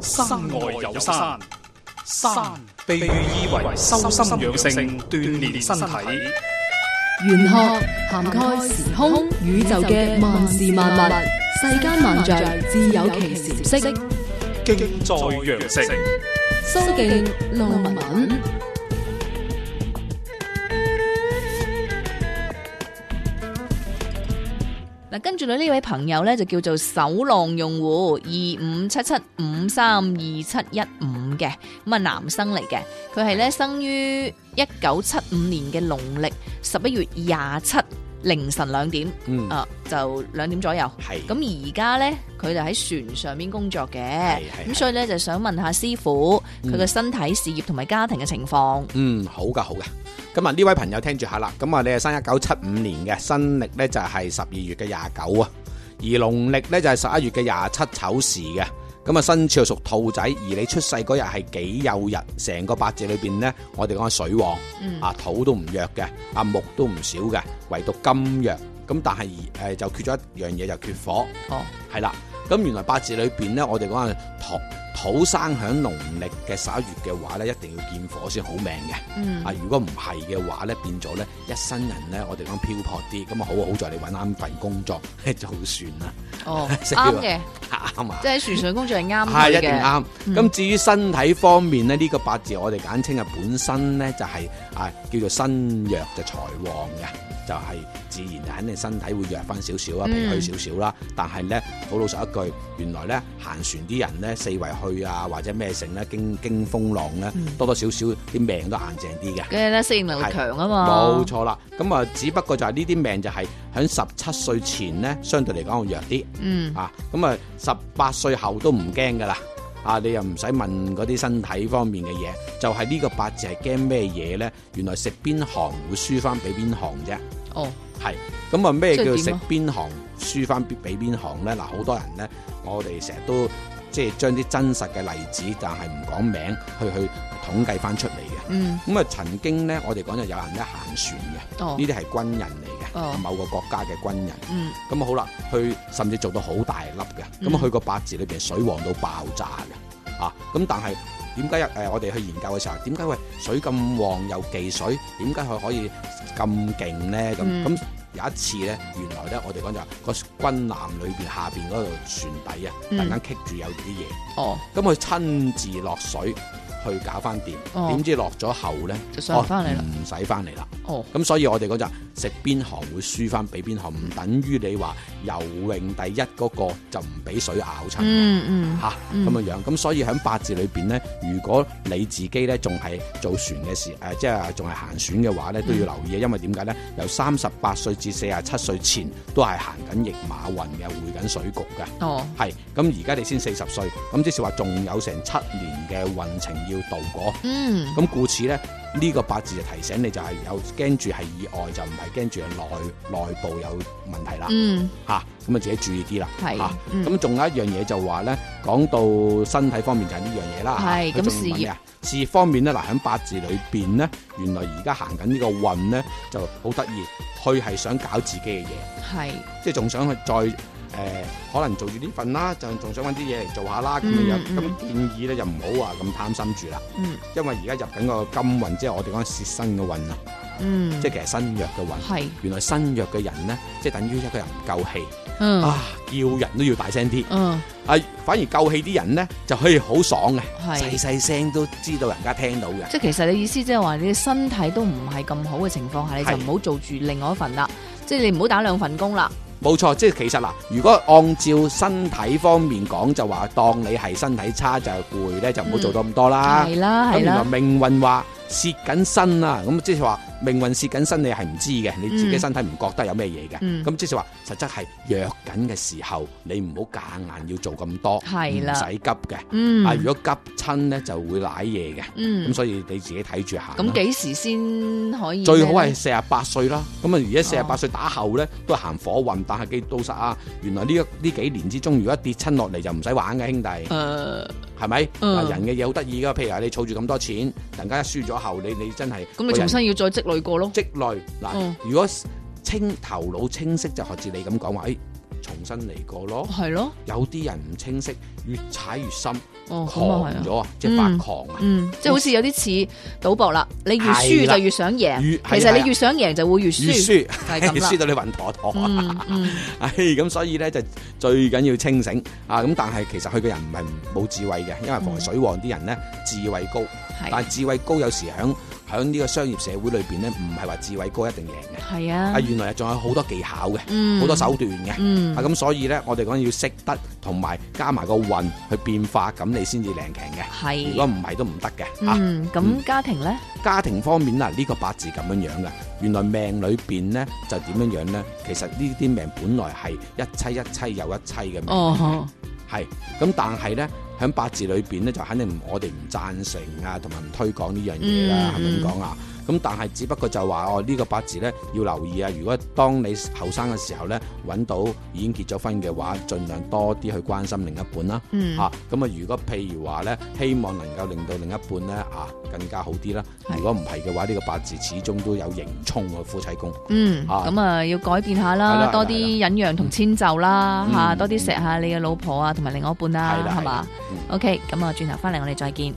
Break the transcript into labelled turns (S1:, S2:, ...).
S1: 山外有山，山被喻意為修心養性、鍛鍊身體。
S2: 玄學涵蓋時空宇宙嘅萬事萬物，世間萬象自有其時色。
S1: 敬在羊城，
S2: 蘇敬路文。
S3: 嗱，啊跟住咧呢位朋友呢，就叫做首浪用戶二五七七五三二七一五嘅，咁啊男生嚟嘅，佢係呢生於一九七五年嘅農曆十一月廿七凌晨兩點，
S4: 嗯
S3: 啊就兩點左右。
S4: 係
S3: 咁而家呢，佢就喺船上面工作嘅
S4: 係，係
S3: 咁所以呢，就想問下師傅佢嘅身體、事業同埋家庭嘅情況。
S4: 嗯，好噶好噶。咁啊呢位朋友聽住下啦，咁啊你係生一九七五年嘅，新歷呢就係十二月嘅廿九啊，而農曆呢就係十一月嘅廿七丑時嘅。咁啊生肖屬兔仔，而你出世嗰日係己酉日，成個八字裏邊呢，我哋講係水旺，
S3: 嗯
S4: 啊土都唔弱嘅，啊木都唔少嘅，唯獨金弱。咁但係誒就缺咗一樣嘢，就缺火。
S3: 哦，
S4: 係啦。咁原來八字裏邊咧，我哋講係土土生響農曆嘅十一月嘅話咧，一定要見火先好命嘅。
S3: 嗯
S4: 啊，如果唔係嘅話咧，變咗咧一生人咧，我哋講漂泊啲。咁啊，好啊好在你揾啱份工作 就算啦，
S3: 哦，
S4: 識
S3: 啱
S4: 喎
S3: 嘅，
S4: 啱啊
S3: 即。係喺船上工作係啱啊嗯
S4: 係
S3: 佢
S4: 一定
S3: 嘅。
S4: 啱。咁、至於身體方面咧，呢、個八字我哋簡稱係啊本身咧就係、啊叫做身弱就財旺嘅，就係、自然就肯定身體會弱翻少少啊，
S3: 嗯
S4: 脾虛少少啦。但係咧好老實一句，原來咧行船啲人咧四圍去啊，或者咩城咧經經風浪咧，
S3: 嗯
S4: 多多少少啲命都硬淨啲嘅。
S3: 跟住咧適應能力強啊嘛，
S4: 冇錯啦，咁啊，只不過就係呢啲命就係喺十七歲前咧，相對嚟講會弱啲。
S3: 嗯，
S4: 啊，咁啊十八歲後都唔驚噶啦，啊你又唔使問嗰啲身體方面嘅嘢，就係、呢個八字係驚咩嘢咧？原來食邊行會輸翻俾邊行啫，
S3: 哦，
S4: 係咁啊咩
S3: 即係點
S4: 叫
S3: 啊
S4: 食邊行輸翻俾邊行咧？嗱、好多人咧，我哋成日都即係將啲真實嘅例子，但係唔講名去去統計翻出嚟嘅。
S3: 嗯，
S4: 咁啊，曾經咧，我哋講就有人咧行船嘅，
S3: 哦
S4: 呢，啲係軍人嚟嘅，
S3: 哦
S4: 某個國家嘅軍人。
S3: 嗯，
S4: 咁啊好啦，佢甚至做到好大粒嘅，咁啊
S3: 嗯
S4: 佢個八字裏邊水旺到爆炸嘅，啊，咁但係點解誒我哋去研究嘅時候，點解喂水咁旺又忌水，點解佢可以咁勁咧？咁
S3: 嗯
S4: 咁、有一次咧，原來咧我哋講就話個軍艦裏邊下邊嗰度船底啊，突
S3: 嗯
S4: 然間棘住有啲
S3: 哦，
S4: 嘢，咁佢親自落水去搞翻掂，點、
S3: 哦
S4: 知落咗後咧
S3: 就上唔返嚟啦
S4: 哦唔使翻嚟啦。
S3: 哦，
S4: 咁所以我哋嗰陣食邊行會輸翻俾邊行，唔等於你話游泳第一嗰個就唔俾水咬親嘅
S3: 嗯嗯，
S4: 嚇咁樣樣。咁所以喺八字裏邊咧，如果你自己咧仲係做船嘅時誒、即係仲係行船嘅話咧，
S3: 嗯
S4: 都要留意，因為點解咧？由三十八歲至四十七歲前都係行緊逆馬運嘅，回緊水局嘅。
S3: 哦，
S4: 係，咁而家你先四十歲，咁即是話仲有成七年嘅運程要渡過。
S3: 嗯，
S4: 咁故此咧，呢、個八字就提醒你就係有驚住係意外，就唔係驚住係內內部有問題啦。
S3: 嗯，
S4: 嚇、咁啊自己注意啲啦。
S3: 係
S4: 嚇
S3: 嗯
S4: 咁仲、有一樣嘢就話咧，講到身體方面就係呢樣嘢啦。
S3: 係
S4: 嚇
S3: 咁
S4: 佢仲
S3: 事業
S4: 問咩啊事業方面咧，嗱喺八字裏邊咧，原來而家行緊呢個運咧就好得意，佢係想搞自己嘅嘢，
S3: 係，
S4: 即係仲想去再誒、呃可能做住呢份啦，就仲想揾啲嘢嚟做下啦咁樣樣。
S3: 嗯嗯
S4: 咁、建議咧就唔好話咁貪心住啦。
S3: 嗯
S4: 因為而家入緊個金運，即係我哋講蝕身嘅運啊，
S3: 嗯，
S4: 即係其實身弱嘅運。
S3: 係，
S4: 原來身弱嘅人呢，即係等於一個人唔夠氣
S3: 嗯
S4: 啊，叫人都要大聲啲
S3: 嗯，
S4: 啊，反而夠氣啲人呢，就可以好爽嘅，細
S3: 係，
S4: 細聲都知道人家聽到嘅。
S3: 即係其實你意思即係話你嘅身體都唔係咁好嘅情況下，你就唔好做住另外一份啦，即係你唔好打兩份工啦，
S4: 冇錯，即係其實嗱，如果按照身體方面講，就話當你係身體差就係攰呢，就唔好做到咁多啦。
S3: 係啦
S4: 啊咁
S3: 係
S4: 原來
S3: 啦，
S4: 命運話蝕緊身啊，咁即係話命運蝕緊身，你係唔知嘅，你自己
S3: 嗯
S4: 身體唔覺得有咩嘢嘅。
S3: 嗯
S4: 咁即係話實質係弱緊嘅時候，你唔好夾硬要做咁多，
S3: 係啦
S4: 唔使急嘅。
S3: 嗯
S4: 啊，如果急親咧就會舐嘢嘅。咁
S3: 嗯，
S4: 所以你自己睇住行啦。
S3: 咁幾時先可以？
S4: 最好係四十八歲啦，咁啊而家四十八歲打後咧都係行火運，但係記到實啊！原來呢一呢幾年之中，如果一跌親落嚟就唔使玩嘅兄弟。
S3: 誒，
S4: 係咪？
S3: 嗯
S4: 嗱，人嘅嘢好得意噶，譬如話你儲住咁多錢，突然間一輸咗後，你你真係
S3: 咁你重新要再積累過咯，
S4: 積累嗱。
S3: 嗯
S4: 如果清頭腦清晰，就學似你咁講話，誒、儲哎重新嚟過咯。
S3: 系咯，
S4: 有啲人唔清晰，越踩越深，
S3: 哦，咁啊
S4: 狂
S3: 係啊，
S4: 咗啊，即係發狂啊！
S3: 嗯，即係好似有啲似賭博啦，你越
S4: 係
S3: 輸
S4: 啦
S3: 就越想贏，
S4: 越
S3: 嗯其
S4: 係啊
S3: 實你越想贏就會越
S4: 越
S3: 輸，
S4: 輸，
S3: 係咁啦
S4: 輸到你暈陀陀啊！
S3: 嗯嗯，
S4: 唉，咁所以咧就最緊要清醒啊！咁但係其實佢嘅人唔係冇智慧嘅，因為逢係水旺啲人咧智慧高，但
S3: 嗯係
S4: 係智慧高有時響響呢個商業社會裏邊咧，唔係話智慧高一定贏嘅。
S3: 係啊
S4: 啊，，原來仲有好多技巧嘅，
S3: 嗯，
S4: 好多手段嘅。
S3: 嗯
S4: 啊，咁所以咧，我哋講要識得同埋加埋個運去變化，咁你先至靈強嘅。如果啊
S3: 係，
S4: 唔係都唔得嘅嚇。
S3: 嗯，咁家庭咧，
S4: 家庭方面啦，呢、個八字咁樣樣嘅，原來命裏邊咧就點樣樣咧？其實呢啲命本來係一妻一妻又一妻嘅命，
S3: 哦。
S4: 係咁、但係咧喺八字裏邊咧就肯定唔我哋唔贊成啊，同埋唔推廣呢樣嘢啦，係咪
S3: 嗯
S4: 咁講啊？咁但係只不過就話哦，呢、個八字咧要留意啊！如果當你後生嘅時候咧揾到已經結咗婚嘅話，盡量多啲去關心另一半啦。
S3: 嗯
S4: 嚇咁啊！如果譬如話咧，希望能夠令到另一半咧啊更加好啲啦。
S3: 係
S4: 如果唔係嘅話，呢、個八字始終都有刑沖嘅夫妻宮。
S3: 嗯，
S4: 啊
S3: 咁啊要改變下
S4: 係啦係
S3: 啦
S4: 啦，
S3: 多啲忍讓同遷就啦，
S4: 嗯
S3: 吓多啲錫下你嘅老婆啊，同埋另外一半啦
S4: 係啦，
S3: 係嘛
S4: 嗯
S3: ？OK，咁啊轉頭翻嚟我哋再見。